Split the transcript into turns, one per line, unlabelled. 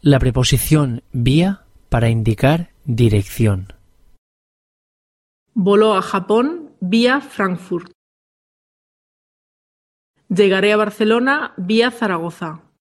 la preposición vía para indicar dirección.
Voló a Japón vía Frankfurt. Llegaré a Barcelona vía Zaragoza.